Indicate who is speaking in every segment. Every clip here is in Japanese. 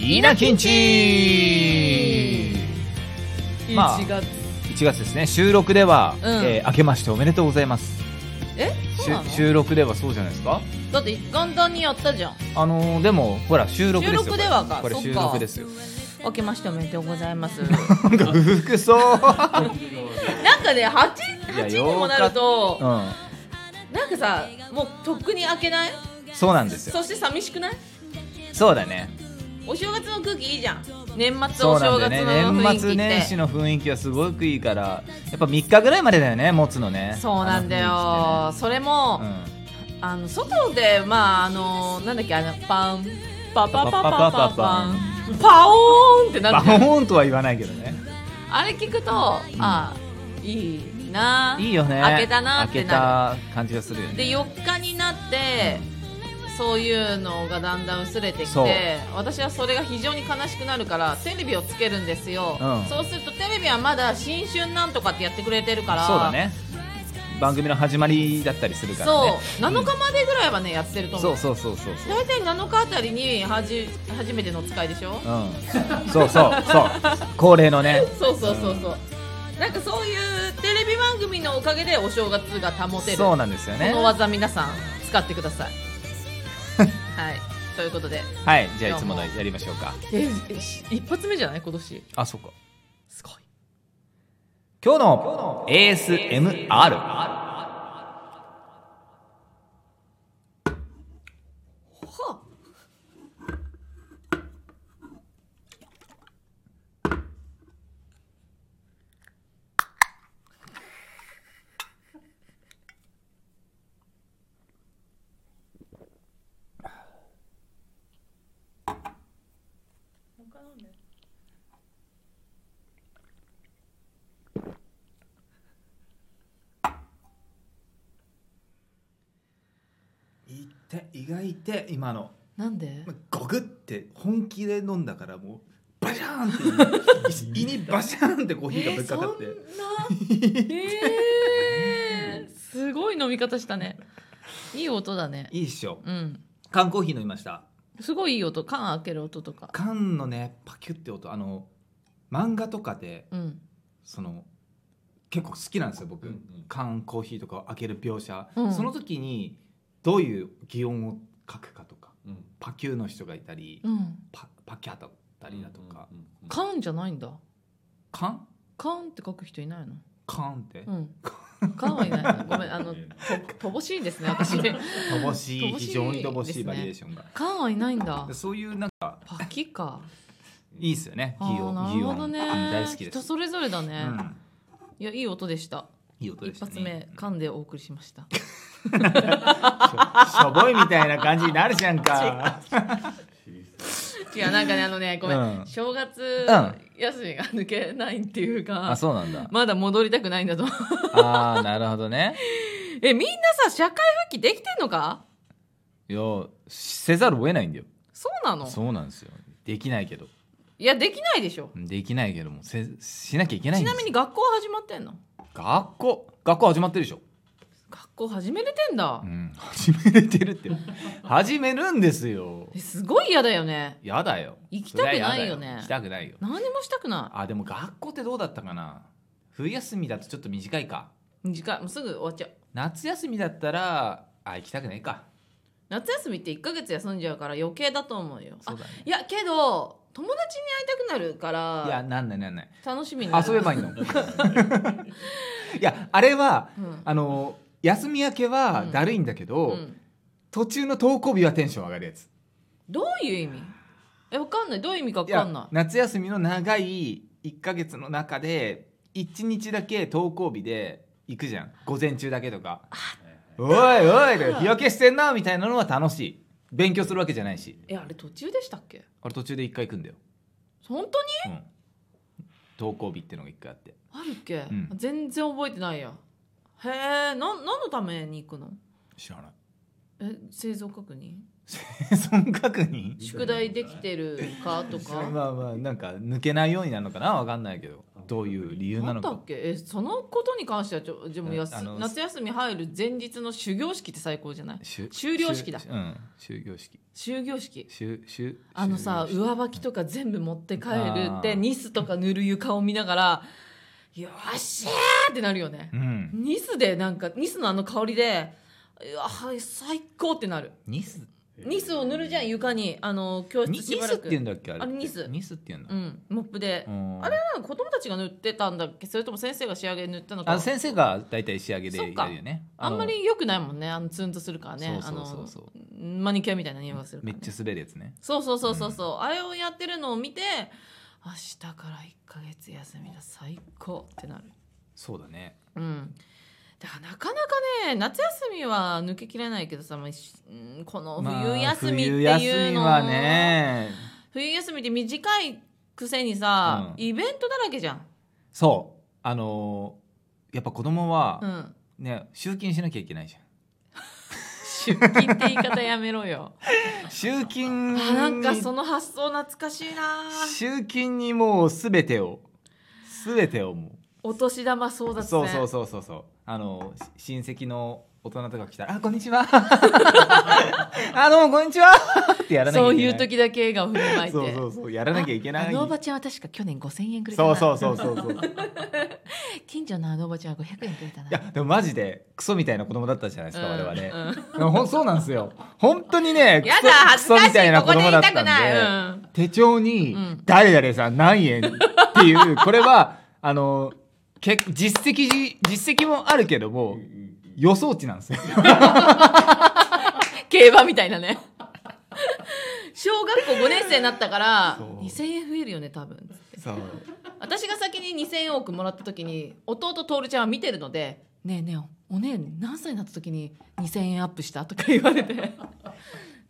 Speaker 1: イーナキンチまあ
Speaker 2: 1月
Speaker 1: 1月ですね収録では、
Speaker 2: うん
Speaker 1: えー明けましておめでとうございます
Speaker 2: えそうなの
Speaker 1: しゅ収録ではそうじゃないですか
Speaker 2: だって元旦にやったじゃん
Speaker 1: あのーでもほら収録ですよ
Speaker 2: 収録ではか
Speaker 1: これ
Speaker 2: そっか
Speaker 1: 収録ですよ
Speaker 2: 明けましておめでとうございます
Speaker 1: なんか不服そう、
Speaker 2: なんかね 8,
Speaker 1: いや
Speaker 2: 8にもなると
Speaker 1: うん、
Speaker 2: なんかさもうとっくに明けない
Speaker 1: そうなんですよ
Speaker 2: そして寂しくない
Speaker 1: そうだね
Speaker 2: お正月の空気いいじゃん年末
Speaker 1: そ
Speaker 2: お
Speaker 1: うな
Speaker 2: 正
Speaker 1: んだよ
Speaker 2: 月
Speaker 1: ね
Speaker 2: の雰
Speaker 1: 年
Speaker 2: 囲気って、
Speaker 1: 末年始の雰囲気はすごくいいからやっぱ3日ぐらいまでだよね持つのね
Speaker 2: そうなんだ
Speaker 1: あ
Speaker 2: よ、それ
Speaker 1: の
Speaker 2: も、
Speaker 1: 雰囲気ってね
Speaker 2: あの外でまああのなんだっけあのパンパパパパパパンパオーンって
Speaker 1: うん
Speaker 2: な
Speaker 1: バ
Speaker 2: って
Speaker 1: ホーンとは言わないけどね
Speaker 2: あれ聞くとああいいないい
Speaker 1: いよね
Speaker 2: 開けたなっ
Speaker 1: 開
Speaker 2: てな
Speaker 1: けた感じがするよ
Speaker 2: る
Speaker 1: ね
Speaker 2: で4日になってそういうのがだんだん薄れてき
Speaker 1: そう
Speaker 2: て私はそれが非常に悲しくなるからテレビをつけるんですよ、
Speaker 1: うん
Speaker 2: そうするとテレビはまだ「新春なんとか」ってやってくれてるから
Speaker 1: そうだね番組の始まりだったりするからね
Speaker 2: そう7日までぐらいはねやってると思
Speaker 1: そううそうそうそうそう
Speaker 2: 大体7日あたりにはじ初めてのお使いでしょ
Speaker 1: うん、そうそうそう恒例のね
Speaker 2: そうそうそうそう、なんかそういうテレビ番組のおかげでお正月が保てる
Speaker 1: そうなんですよね
Speaker 2: この技皆さん使ってくだ さいはいということで
Speaker 1: はいじゃあいつものやりましょうか
Speaker 2: ええし一発目じゃない今年
Speaker 1: あそうか
Speaker 2: すごい
Speaker 1: 今日の ASMR
Speaker 2: は
Speaker 1: いって意外って今の
Speaker 2: なんで
Speaker 1: ゴグって本気で飲んだからもうバシャーン って胃にバシャーンってコー
Speaker 2: え
Speaker 1: ヒーがぶっかかっ
Speaker 2: そん
Speaker 1: て
Speaker 2: なえー、すごい飲み方したねいい音だね
Speaker 1: いいっしょ
Speaker 2: うん
Speaker 1: 缶コーヒー飲みました
Speaker 2: すごいいい音缶開ける音とか
Speaker 1: 缶のねパキュって音あの漫画とかで
Speaker 2: うん
Speaker 1: その結構好きなんですよ僕、缶コーヒーとかを開ける描写、
Speaker 2: うん
Speaker 1: その時にどういう擬音を書くかとか
Speaker 3: うん
Speaker 1: パキューの人がいたり、
Speaker 2: うん
Speaker 1: パパキャだったりだとか、
Speaker 3: うんうん
Speaker 2: 缶じゃないんだ
Speaker 1: 缶
Speaker 2: 缶って書く人いないの
Speaker 1: 缶って
Speaker 2: うん。缶はいないな。ごめん、あの、と乏しいですね、私。
Speaker 1: 乏しい
Speaker 2: 乏しい
Speaker 1: 非常に乏
Speaker 2: で
Speaker 1: し
Speaker 2: す
Speaker 1: い
Speaker 2: ね
Speaker 1: バリエーションが、
Speaker 2: 缶はいないん だ。
Speaker 1: そういうなんか
Speaker 2: パキか。
Speaker 1: いいですよね
Speaker 2: あ
Speaker 1: 擬
Speaker 2: ー
Speaker 1: 音
Speaker 2: な
Speaker 1: 擬
Speaker 2: るほど
Speaker 1: 音、
Speaker 2: ね。
Speaker 1: うん大好きです
Speaker 2: 人、それぞれだ
Speaker 1: う
Speaker 2: ね。
Speaker 1: ん、
Speaker 2: いや、いい音でした。
Speaker 1: いい音で
Speaker 2: 一
Speaker 1: した、ね、
Speaker 2: 発目、缶でお送りしました。
Speaker 1: しょぼいみたいな感じになるじゃんか
Speaker 2: 違う、なんかね、あのね、ごめん、
Speaker 1: うん
Speaker 2: 正月
Speaker 1: う
Speaker 2: 休みが抜けないっていうか。
Speaker 1: そうなん だ
Speaker 2: まだ戻りたくない んだと。
Speaker 1: ああなるほどね
Speaker 2: え、みんなさ、社会復帰できてんのか
Speaker 1: いやせざるを得ないんだよ
Speaker 2: そうなの
Speaker 1: そうなんですよできないけど
Speaker 2: いや、できないでしょ。
Speaker 1: できないけどもせしなきゃいけない
Speaker 2: ち
Speaker 1: んで
Speaker 2: な
Speaker 1: す
Speaker 2: みに学校は始まってんの
Speaker 1: 学校学校始まってるでしょ、
Speaker 2: 学校始めれてんだ。
Speaker 1: うん、始めれてるって始めるんですよ
Speaker 2: えすごい嫌だよね
Speaker 1: やだよ
Speaker 2: 行きたくない
Speaker 1: そりゃや
Speaker 2: よね
Speaker 1: だ行きたくないよ
Speaker 2: 何もしたくな
Speaker 1: あでも学校ってどうだったかな冬休みだとちょっと短いか
Speaker 2: い短いもうすぐ終わっちゃう
Speaker 1: 夏休みだったらあ行きたくないか
Speaker 2: 夏休みって1ヶ月休んじゃうから余計だと思うよ
Speaker 1: そうだね
Speaker 2: あいやけど友達に会いたくなるか
Speaker 1: いや
Speaker 2: ら
Speaker 1: なんないなんない
Speaker 2: 楽しみにな
Speaker 1: あ
Speaker 2: る
Speaker 1: そういえばいいの いやあれは
Speaker 2: うん
Speaker 1: あの休み明けはだるいんだけど、
Speaker 2: うん、
Speaker 1: 途中の登校日はテンション上がるやつ
Speaker 2: どういう意味えわかんないどういう意味かわ
Speaker 1: い
Speaker 2: かん
Speaker 1: や
Speaker 2: な
Speaker 1: 夏休みの長い1ヶ月の中で1日だけ登校日で行くじゃん午前中だけとか「おいおい」で日焼けしてんなみたいなのは楽しい勉強するわけじゃないし
Speaker 2: いえあれ途中でしたっけ
Speaker 1: 俺途中で1回行くんだよ、
Speaker 2: 本当に
Speaker 1: うん、登校日ってのが1回あって
Speaker 2: あるっけ、
Speaker 1: ん
Speaker 2: 全然覚えてないやへえ何のために行くの
Speaker 1: 知らない
Speaker 2: え製造確認
Speaker 1: 損確認
Speaker 2: 宿題できてるかとか
Speaker 1: まあまあなんか抜けないようになるのかなわかんないけど
Speaker 3: あ
Speaker 1: どういう理由な
Speaker 2: な
Speaker 1: の
Speaker 2: んだ
Speaker 1: か
Speaker 2: っけえそのことに関してはちょでもやす
Speaker 1: あの
Speaker 2: 夏休み入る前日の終業式って最高じゃない
Speaker 1: 終
Speaker 2: 終了式だ
Speaker 1: うん終業式
Speaker 2: 終業式
Speaker 1: 終終
Speaker 2: あのさ
Speaker 1: 終業式
Speaker 2: 上履きとか全部持って帰る
Speaker 1: あ
Speaker 2: っ
Speaker 1: ー
Speaker 2: てニスとか塗る床を見ながら「よっしゃー!」ってなるよね
Speaker 1: う、ん
Speaker 2: ニスでなんかニスのあの香りで「あはい最高!」ってなる
Speaker 1: ニス
Speaker 2: ニスを塗るじゃん床にあの教
Speaker 1: ニ
Speaker 2: 室
Speaker 1: ニ
Speaker 2: しば
Speaker 1: ス
Speaker 2: ら
Speaker 1: って
Speaker 2: く
Speaker 1: 言うんだっけあれ
Speaker 2: あれニス
Speaker 1: ニスって言うんだ
Speaker 2: うんモップで、
Speaker 1: うん
Speaker 2: あれなんか子供たちが塗ってたんだっけそれとも先生が仕上げ塗ったのか
Speaker 1: あ先生が大体仕上げでやるよね
Speaker 2: あんま
Speaker 1: の
Speaker 2: り良くないもんねあのツンとするからね
Speaker 1: そうそうそうそう
Speaker 2: あのマニキュアみたいな匂いがするか
Speaker 1: め
Speaker 2: ら、
Speaker 1: っ
Speaker 2: ね、
Speaker 1: ちゃ滑るやつね
Speaker 2: そうそうそうそうそう、あれをやってるのを見て明日から1ヶ月休みだ最高ってなる
Speaker 1: そうだね
Speaker 2: うんだからなかなかね夏休みは抜けきれないけどさ、まあしうんこの冬休みっていうの、
Speaker 1: まあ冬休みはね
Speaker 2: 冬休みって短いくせにさ、
Speaker 1: うん
Speaker 2: イベントだらけじゃん、
Speaker 1: そうあのーやっぱ子供
Speaker 2: う
Speaker 1: は
Speaker 2: ん、
Speaker 1: ね集金しなきゃいけないじ
Speaker 2: 出勤って言い方やめ ろよ
Speaker 1: ゃん集金
Speaker 2: あなんかその発想懐かしいな
Speaker 1: 集金にもう全てを全てをも
Speaker 2: お年玉争奪
Speaker 1: う
Speaker 2: 戦
Speaker 1: そうそうそうそうそうあのし親戚の大人とか来たら「あこんにち は」「あどうもこんにちは」 ってやらなきゃ
Speaker 2: そう
Speaker 1: い
Speaker 2: い
Speaker 1: け
Speaker 2: う
Speaker 1: ない
Speaker 2: 時だけ笑顔振りまいて
Speaker 1: そうそうそうやらなきゃいけない
Speaker 2: ああのおばちゃんは確か去年5000円くれた
Speaker 1: そ
Speaker 2: な
Speaker 1: うそうそうそうそうい
Speaker 2: 近所のあのおばちゃんは500円くれたな
Speaker 1: やでもマジでクソみたいな子供だったじゃないですか、我々、
Speaker 2: うんうん
Speaker 1: ほんそうなんですよ本当にね
Speaker 2: やだ
Speaker 1: クソ
Speaker 2: 恥ずか
Speaker 1: ク
Speaker 2: しい
Speaker 1: ソみたいな子供だったん
Speaker 2: こ
Speaker 1: で、
Speaker 2: こで言いたくないうん
Speaker 1: 手帳に
Speaker 2: うん
Speaker 1: 「誰々さん何円」っていうこれはあのけ実績じ実績もあるけども予想値なんですよ
Speaker 2: 競馬みたいなね小学校5年生になったから
Speaker 1: そう
Speaker 2: 2000円増えるよね多分
Speaker 1: そう
Speaker 2: 私が先に2000億もらった時に弟徹ちゃんは見てるので「ねえねえお姉何歳になった時に2000円アップした?」とか言われて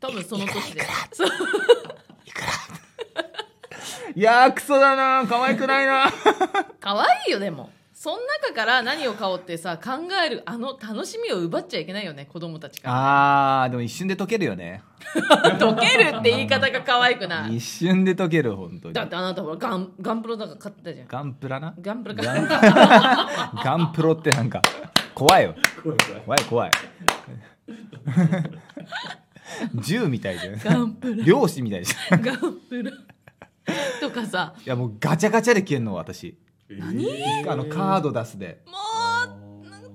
Speaker 2: 多分その年でそう
Speaker 1: いやークソだなー可愛くないな
Speaker 2: 可愛いよでもその中から何を買おうってさ考えるあの楽しみを奪っちゃいけないよね子供たちか
Speaker 1: あーでも一瞬で溶けるよね
Speaker 2: ら溶けるって言い方が可愛くない
Speaker 1: 一瞬で溶ける本当に
Speaker 2: だってあなたほらガンガンプロとか買ってたじゃん
Speaker 1: ガンプラな
Speaker 2: ガンプラ
Speaker 1: ガ
Speaker 2: 買っ
Speaker 1: ンガンプロってなんか怖いよ怖い怖い 銃みたいで
Speaker 2: ガンプ
Speaker 1: 漁師みたいでい
Speaker 2: ラガンプラとかさ
Speaker 1: やもうガチャガチャで消えんの私
Speaker 2: 何
Speaker 1: あのカード出すで
Speaker 2: もうもったいない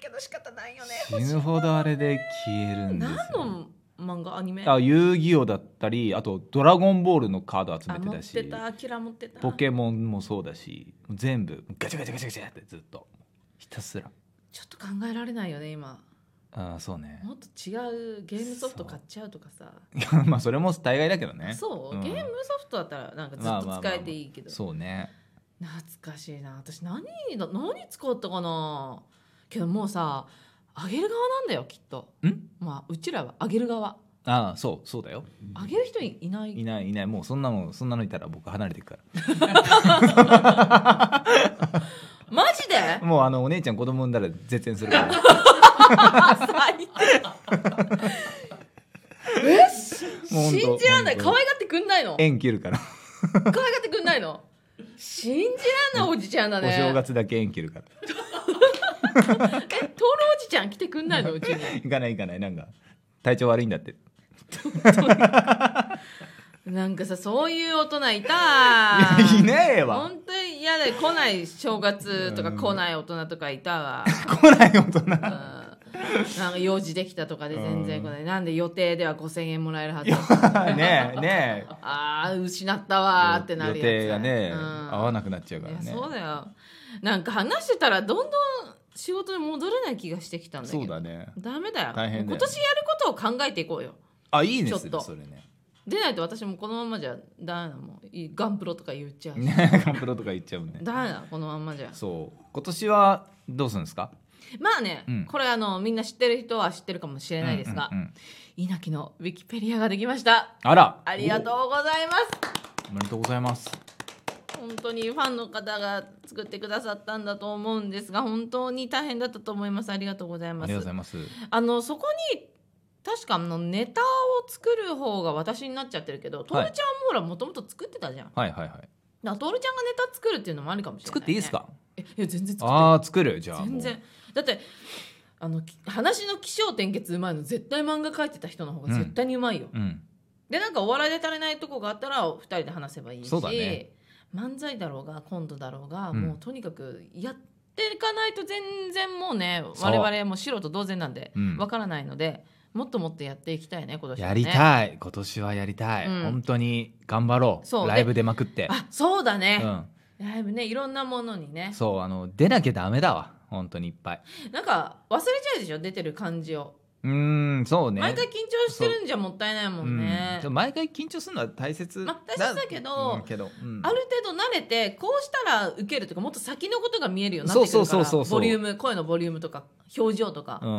Speaker 2: けど仕方ないよね
Speaker 1: 死ぬほどあれで消えるんです
Speaker 2: 何
Speaker 1: よ
Speaker 2: の漫画アニメ
Speaker 1: あ遊戯王だったりあと「ドラゴンボール」のカード集
Speaker 2: あ
Speaker 1: めて
Speaker 2: 持
Speaker 1: た
Speaker 2: っ
Speaker 1: して
Speaker 2: たキラ持ってた
Speaker 1: ポケモンもそうだし全部ガチャガチャガチャガチャってずっとひたすら
Speaker 2: ちょっと考えられないよね今
Speaker 1: あーそうね
Speaker 2: もっと違うゲームソフト買っちゃうとかさ
Speaker 1: まあそれも大概だけどね
Speaker 2: そう、
Speaker 1: ん
Speaker 2: ゲームソフトだったらなんかずっと使えていいけど、
Speaker 1: そうね
Speaker 2: 懐かしいな私何だ何使ったかなけどもうさあげる側なんだよきっと
Speaker 1: ん
Speaker 2: まあうちらはあげる側
Speaker 1: ああそうそうだよ
Speaker 2: あげる人いない
Speaker 1: いないいないもうそんなのそんなのいたら僕離れてくか
Speaker 2: マジで
Speaker 1: らもうあのお姉ちゃん子供産んだら絶縁するから
Speaker 2: 最低えし
Speaker 1: もう本当
Speaker 2: 信じらんない
Speaker 1: 本
Speaker 2: 可
Speaker 1: 当
Speaker 2: 愛がってくんないの可愛
Speaker 1: 縁切る から
Speaker 2: がってくんないの信じらんないおじちゃんだね
Speaker 1: お正月だけ縁切るから
Speaker 2: えトールおじちゃん来てくんないのうちに
Speaker 1: 行かない行かないなんか体調悪いんだ って
Speaker 2: なんかさそういう大人いた
Speaker 1: いやいねえわ
Speaker 2: 本当に嫌で来ない正月とか来ない大人とかいたわ、
Speaker 1: 来ない大人
Speaker 2: うん、なんか用事できたとかで全然来ない、なんで予定では5000円もらえるはず
Speaker 1: ねえねえ
Speaker 2: あー失ったわーってなるやつ
Speaker 1: 予定がね、
Speaker 2: うん
Speaker 1: 合わなくなっちゃうからね
Speaker 2: いやそうだよなんか話してたらどんどん仕事に戻れない気がしてきたんだけど
Speaker 1: そうだね
Speaker 2: ダメだよ
Speaker 1: 大変だよ
Speaker 2: 今年やることを考えていこうよ
Speaker 1: あいいね
Speaker 2: ちょっ
Speaker 1: それ
Speaker 2: と
Speaker 1: それね
Speaker 2: でないと私もこのままじゃダメだもんいガンプロとか言っちゃうし
Speaker 1: ねガンプロとか言っちゃうね
Speaker 2: ダメだこのまんまじゃ
Speaker 1: そう今年はどうするんですか
Speaker 2: まあね、
Speaker 1: うん
Speaker 2: これあのみんな知ってる人は知ってるかもしれないですが、
Speaker 1: うんうんうん
Speaker 2: 稲城のウィキペディアができました
Speaker 1: あら
Speaker 2: ありがとうございます
Speaker 1: おおめでとうございます
Speaker 2: 本当にファンの方が作ってくださったんだと思うんですが本当に大変だったと思いますありがとうござい
Speaker 1: あり
Speaker 2: ま
Speaker 1: が
Speaker 2: す
Speaker 1: とうございます
Speaker 2: あのそこに確かあのネタを作る方が私になっちゃってるけど徹ちゃんもほらもともと作ってたじゃん、
Speaker 1: はいはいはい
Speaker 2: なトールちゃんがネタ作るっていうのもありかもしれない、ね、
Speaker 1: 作っていいですか
Speaker 2: えいや全然作っ
Speaker 1: ああ作るじゃあ
Speaker 2: て
Speaker 1: もう
Speaker 2: 全然だってあのき話の起承転結うまいの絶対漫画描いてた人の方が絶対にうまいよ、
Speaker 1: うん
Speaker 2: でなんかお笑いで足りないとこがあったら二人で話せばいいし
Speaker 1: そうだね
Speaker 2: 漫才だろうがコントだろうが、
Speaker 1: うん
Speaker 2: もうとにかくやっていかないと全然もうね
Speaker 1: そう
Speaker 2: 我々も素人同然なんで
Speaker 1: うん
Speaker 2: わからないので、もっともっとやっていきたいね今年はね
Speaker 1: やりたい今年はやりたい、
Speaker 2: うん
Speaker 1: 本当に頑張ろ
Speaker 2: そうう
Speaker 1: ライブ出まくって
Speaker 2: あそうだ
Speaker 1: う
Speaker 2: ね、
Speaker 1: ん
Speaker 2: だいぶねいろんなものにね
Speaker 1: そうあの出なきゃダメだわ本当にいっぱい
Speaker 2: なんか忘れちゃうでしょ出てる感じを、
Speaker 1: うーんそうね
Speaker 2: 毎回緊張してるんじゃもったいないもん
Speaker 1: うん
Speaker 2: ね
Speaker 1: でも、毎回緊張するのは大切
Speaker 2: まあ大切だけど
Speaker 1: うんけどうん
Speaker 2: ある程度慣れてこうしたら受けるとかもっと先のことが見えるようになってくるか
Speaker 1: そうそう
Speaker 2: ら
Speaker 1: そうそうそう
Speaker 2: ボリューム声のボリュームとか表情とか、
Speaker 1: うん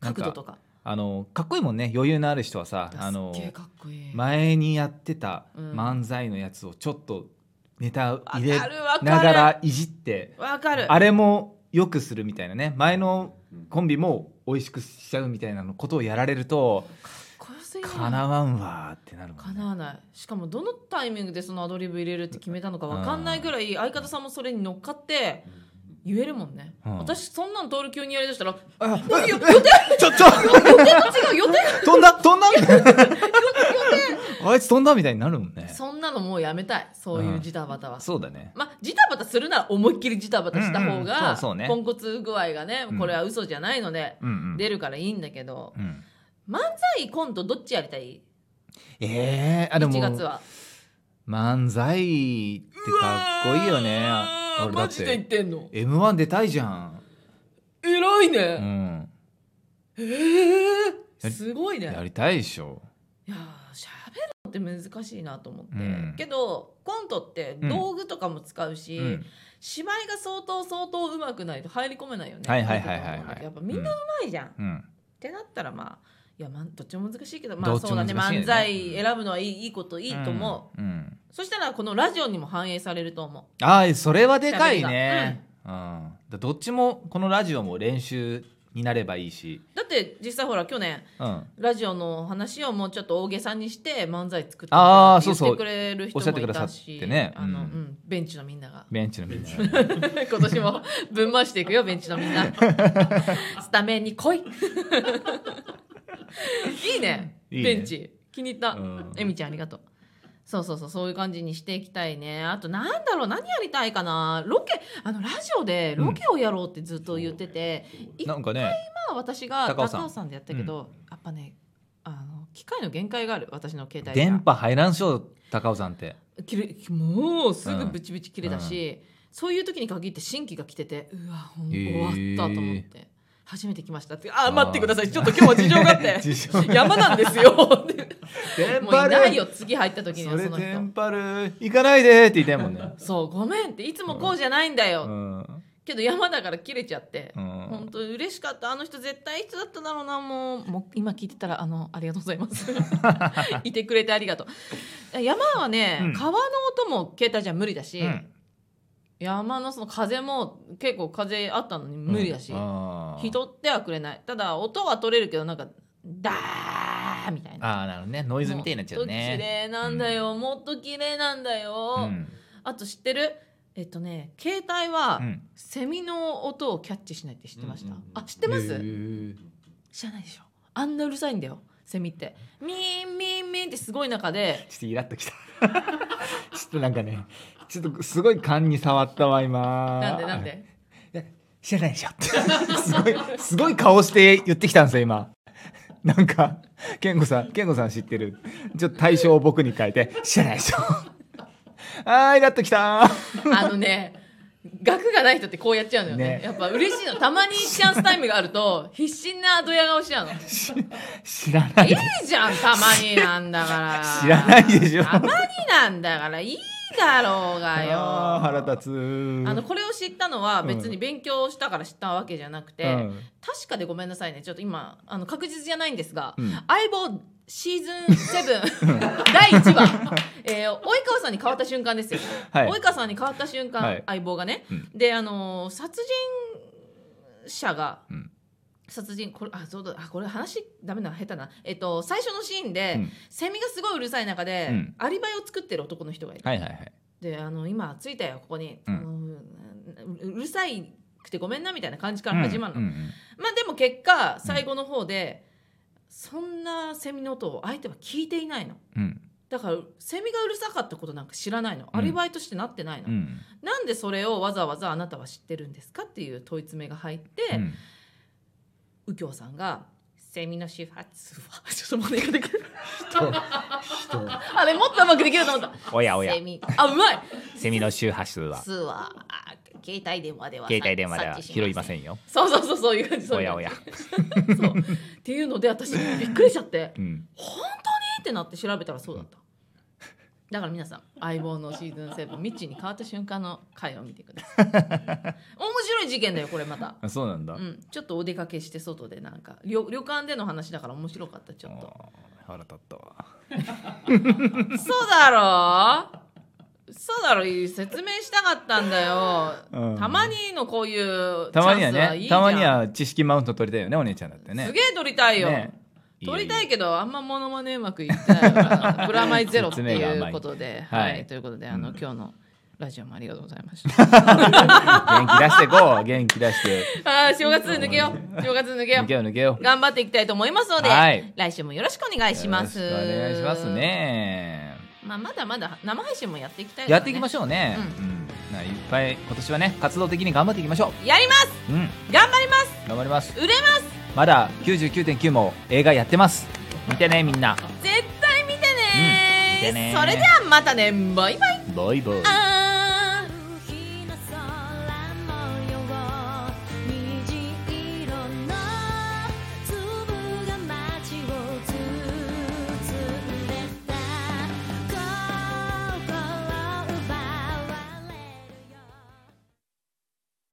Speaker 1: なん
Speaker 2: 角度とか
Speaker 1: あのかっこいいもんね余裕のある人はさあの
Speaker 2: すっげえかっこいい、
Speaker 1: 前にやってた
Speaker 2: うん
Speaker 1: 漫才のやつをちょっとネタ入れ
Speaker 2: わかるわかる
Speaker 1: ながらいじって
Speaker 2: わかる
Speaker 1: あれもよくするみたいなね前のコンビも美味しくしちゃうみたいなのことをやられると
Speaker 2: かっこよすぎる
Speaker 1: かなわんわーってなるもんね
Speaker 2: 叶わないしかもどのタイミングでそのアドリブ入れるって決めたのかわかんないぐらい相方さんもそれに乗っかって言えるもんね、
Speaker 1: うん
Speaker 2: 私そんなのトール級にやりだしたら
Speaker 1: ああ
Speaker 2: おいよ予定
Speaker 1: ちょち
Speaker 2: 予
Speaker 1: ょ
Speaker 2: 定と違う予定
Speaker 1: 飛んだ飛んだみたいなあいつ飛んだみたいになるもんね
Speaker 2: そんなのもうやめたいそういうジタバタは、
Speaker 1: そうだね
Speaker 2: まあ、ジタバタするなら思いっきりジタバタした方
Speaker 1: うんうん
Speaker 2: が
Speaker 1: そうそうね
Speaker 2: ポンコツ具合がね
Speaker 1: うん
Speaker 2: これは嘘じゃないので
Speaker 1: うんうん
Speaker 2: 出るからいいんだけど
Speaker 1: うん
Speaker 2: 漫才コントどっちやりたい
Speaker 1: えー、あでも
Speaker 2: 1月は
Speaker 1: 漫才ってかっこいいよね
Speaker 2: うわー
Speaker 1: 俺だ
Speaker 2: マ
Speaker 1: っ
Speaker 2: ジで言っててんの
Speaker 1: m 1出たいじゃん、
Speaker 2: 偉いうね
Speaker 1: ん、
Speaker 2: え
Speaker 1: や
Speaker 2: ー
Speaker 1: り
Speaker 2: すごいね
Speaker 1: やりたいでしょ
Speaker 2: いやーしゃべるのって難しいなと思って
Speaker 1: うん
Speaker 2: けどコントって道具とかも使うし、
Speaker 1: うん
Speaker 2: 芝居が相当相当上手くないと入り込めないよね。
Speaker 1: はいはいはいはいはい
Speaker 2: コントとかもやっぱみんな上手いじゃん。っ
Speaker 1: うん
Speaker 2: てなったらまあいやまあどっちも難しいけどま
Speaker 1: ど
Speaker 2: あ
Speaker 1: っちも
Speaker 2: そうだね
Speaker 1: 難しいよね
Speaker 2: 漫才選ぶのはいい,、いいこといいと思う。
Speaker 1: うん、うん
Speaker 2: そしたらこのラジオにも反映されると思
Speaker 1: ああそれはでかいね、うんだどっちもこのラジオも練習になればいいし、
Speaker 2: う。だって実際ほら去年
Speaker 1: うん、
Speaker 2: ラジオの話をもうちょっと大げさにして漫才作って
Speaker 1: あー
Speaker 2: 言っ
Speaker 1: そうそ
Speaker 2: て
Speaker 1: う
Speaker 2: くれる人
Speaker 1: おっしゃって
Speaker 2: も
Speaker 1: く
Speaker 2: い
Speaker 1: ださ
Speaker 2: た
Speaker 1: っ
Speaker 2: して
Speaker 1: ね
Speaker 2: あ
Speaker 1: う
Speaker 2: の、うんんベンチのみんなが
Speaker 1: ベンチのみんな
Speaker 2: 今年も 分回していくよベンチのみんなスタメンに来い いいね
Speaker 1: いいね
Speaker 2: ベンチ気に入った、
Speaker 1: うん
Speaker 2: えみちゃんありがとうそうそうそうそういう感じにしていきたいねあとなんだろう何やりたいかなロケあのラジオでロケをやろうってずっと言ってて、一
Speaker 1: なんかね
Speaker 2: まあ私が
Speaker 1: 高尾
Speaker 2: 高尾
Speaker 1: さん
Speaker 2: さんでやったけど、やっぱねあの機械の限界がある私の携帯が
Speaker 1: 電波入らんしょ高尾さんって
Speaker 2: 切れもうすぐブチブチ切れたし、そういう時に限って新規が来ててうわほん
Speaker 1: へー
Speaker 2: 終わったと思って、初めて来ましたって「あー待ってくださいちょっと今日は事情があっ て
Speaker 1: 事情
Speaker 2: 山なんですよ」
Speaker 1: 電
Speaker 2: もういないよ次入った時に
Speaker 1: そ
Speaker 2: はそ
Speaker 1: れ
Speaker 2: の人
Speaker 1: 電波る行かないでって言いたいもん ね
Speaker 2: そうごめんっていつもこうじゃないんだよ、
Speaker 1: うん、
Speaker 2: けど山だから切れちゃって、
Speaker 1: う
Speaker 2: ほん、
Speaker 1: ん
Speaker 2: 本、当嬉しかったあの人絶対いい人だっただろうなもうもう今聞いてたらあのありがとうございます いてくれてありがとう山はね、
Speaker 1: うん
Speaker 2: 川の音も携帯じゃ無理だし、
Speaker 1: うん
Speaker 2: 山のその風も結構風あったのに無理だし、
Speaker 1: あー
Speaker 2: 人ってはくれないただ音は取れるけどなんかダーみたいな
Speaker 1: あーなるほどねノイズみたいになっちゃう
Speaker 2: もっと綺
Speaker 1: ね
Speaker 2: 麗なんだよ、もっと綺麗なんだよ、
Speaker 1: うん
Speaker 2: あと知ってるえっとね携帯は、
Speaker 1: うん
Speaker 2: セミの音をキャッチしないって知ってました、
Speaker 3: うんうんうん
Speaker 2: あ知ってます、
Speaker 1: へー
Speaker 2: 知らないでしょあんなうるさいんだよセミってミーンミーンミーンってすごい中で
Speaker 1: ちょっとイラッときたちょっとなんかねちょっとすごい勘に触ったわ今
Speaker 2: なんでなんで
Speaker 1: 知らないでしょってすごいすごい顔して言ってきたんですよ今なんか健吾さん健吾さん知ってるちょっと対象を僕に変えて知らないでしょあーイラッときた
Speaker 2: あのね、額がない人ってこうやっちゃうのよね。
Speaker 1: ね
Speaker 2: やっぱ嬉しいの。たまにチャンスタイムがあると、必死なドヤ顔しちゃうの。い
Speaker 1: 知らない
Speaker 2: いじゃん、たまになんだから。
Speaker 1: 知らないでしょ
Speaker 2: たまになんだから、いいだろうがよ。
Speaker 1: あー腹立つ
Speaker 2: あのこれを知ったのは別に勉強したから知ったわけじゃなくて、
Speaker 1: うん
Speaker 2: 確かでごめんなさいねちょっと今あの確実じゃないんですが「
Speaker 1: うん
Speaker 2: 相棒シーズン7」第1話、えー及川さんに変わった瞬間ですよ、
Speaker 1: はい
Speaker 2: 及川さんに変わった瞬間、
Speaker 1: はい
Speaker 2: 相棒がね、
Speaker 1: うん
Speaker 2: であのー殺人者が、
Speaker 1: うん
Speaker 2: 殺人これあそうだあこれ話ダメな下手なえっと最初のシーンで、
Speaker 1: うん
Speaker 2: セミがすごいうるさい中で、
Speaker 1: うん
Speaker 2: アリバイを作ってる男の人がいる
Speaker 1: はいはいはい
Speaker 2: であの今着いたよここに、
Speaker 3: うん
Speaker 2: あのうううるさいくてごめんなみたいな感じから始まるの、
Speaker 3: うんうん
Speaker 2: まあでも結果最後の方で、そんなセミの音を相手は聞いていないの
Speaker 3: うん
Speaker 2: だからセミがうるさかったことなんか知らないの、アリバイとしてなってないの、
Speaker 3: うん
Speaker 2: なんでそれをわざわざあなたは知ってるんですかっていう問い詰めが入って、
Speaker 3: うん
Speaker 2: 右京さんが「セミの始発は」 ちょっと 真似ができる
Speaker 3: 人人
Speaker 2: あれもっとうまくできると思った
Speaker 1: おやおや
Speaker 2: セ、ミあうまい
Speaker 1: セミの周波数は
Speaker 2: 数はあ携帯電話では
Speaker 1: 携帯電話では
Speaker 2: 察知し
Speaker 1: 拾いま
Speaker 2: ん
Speaker 1: せんよ。
Speaker 2: そうそうそうそういう感じそう
Speaker 1: お
Speaker 2: いう
Speaker 1: や
Speaker 2: 感
Speaker 1: お
Speaker 2: じ
Speaker 1: や。
Speaker 2: そうっていうので私びっくりしちゃって
Speaker 1: うん。
Speaker 2: 本当にってなって調べたらそうだっただから皆さん「相棒」のシーズン7ミッチーに変わった瞬間の回を見てくだ さい面白い事件だよこれまた、
Speaker 1: あそうなんだ
Speaker 2: う。ん、ちょっとお出かけして外でなんか旅旅館での話だから面白かったちょっと
Speaker 1: あー腹立ったわ。
Speaker 2: そうだろそうだろ説明したかったんだよ、
Speaker 1: うん
Speaker 2: たまにのこういうチ
Speaker 1: たま
Speaker 2: ャン
Speaker 1: には
Speaker 2: スはいい
Speaker 1: ね、
Speaker 2: じゃ
Speaker 1: た
Speaker 2: ん
Speaker 1: まには知識マウント取りたいよね、お姉ちゃんだってね。
Speaker 2: すげえ撮りたいよ、
Speaker 1: ね
Speaker 2: 撮りたい
Speaker 1: よ
Speaker 2: けどあんまモノマネうまくいってないからプラマイゼロって
Speaker 1: 説明が
Speaker 2: い
Speaker 1: 甘
Speaker 2: う
Speaker 1: い
Speaker 2: ことで
Speaker 1: は
Speaker 2: はいい、ということであの、
Speaker 1: うん
Speaker 2: 今日のラジオもありがとうございま した。
Speaker 1: 元気出して こう、元気出して。
Speaker 2: ああ正月抜けよう正月抜け
Speaker 1: 抜
Speaker 2: よう
Speaker 1: けよう抜けよう。
Speaker 2: 頑張っていきたいと思いますので、
Speaker 1: はい
Speaker 2: 来週もよろしくお願いします。
Speaker 1: よろしくお願いします。ね。
Speaker 2: まあまだまだ生配信もやっていきたい、
Speaker 1: やっていきま
Speaker 2: ょ
Speaker 1: しょうね。うん。ないっぱい今年はね、活動的に頑張っていきましょ
Speaker 2: う。やります
Speaker 1: う。うん。
Speaker 2: 頑張ります
Speaker 1: 頑張ります。
Speaker 2: 売れます
Speaker 1: まだ99.9も映画やってます。見てね、みんな。
Speaker 2: 絶対見てね,、
Speaker 1: うん見てね
Speaker 2: それではまたねバイバイ
Speaker 1: バイバイ。
Speaker 2: あー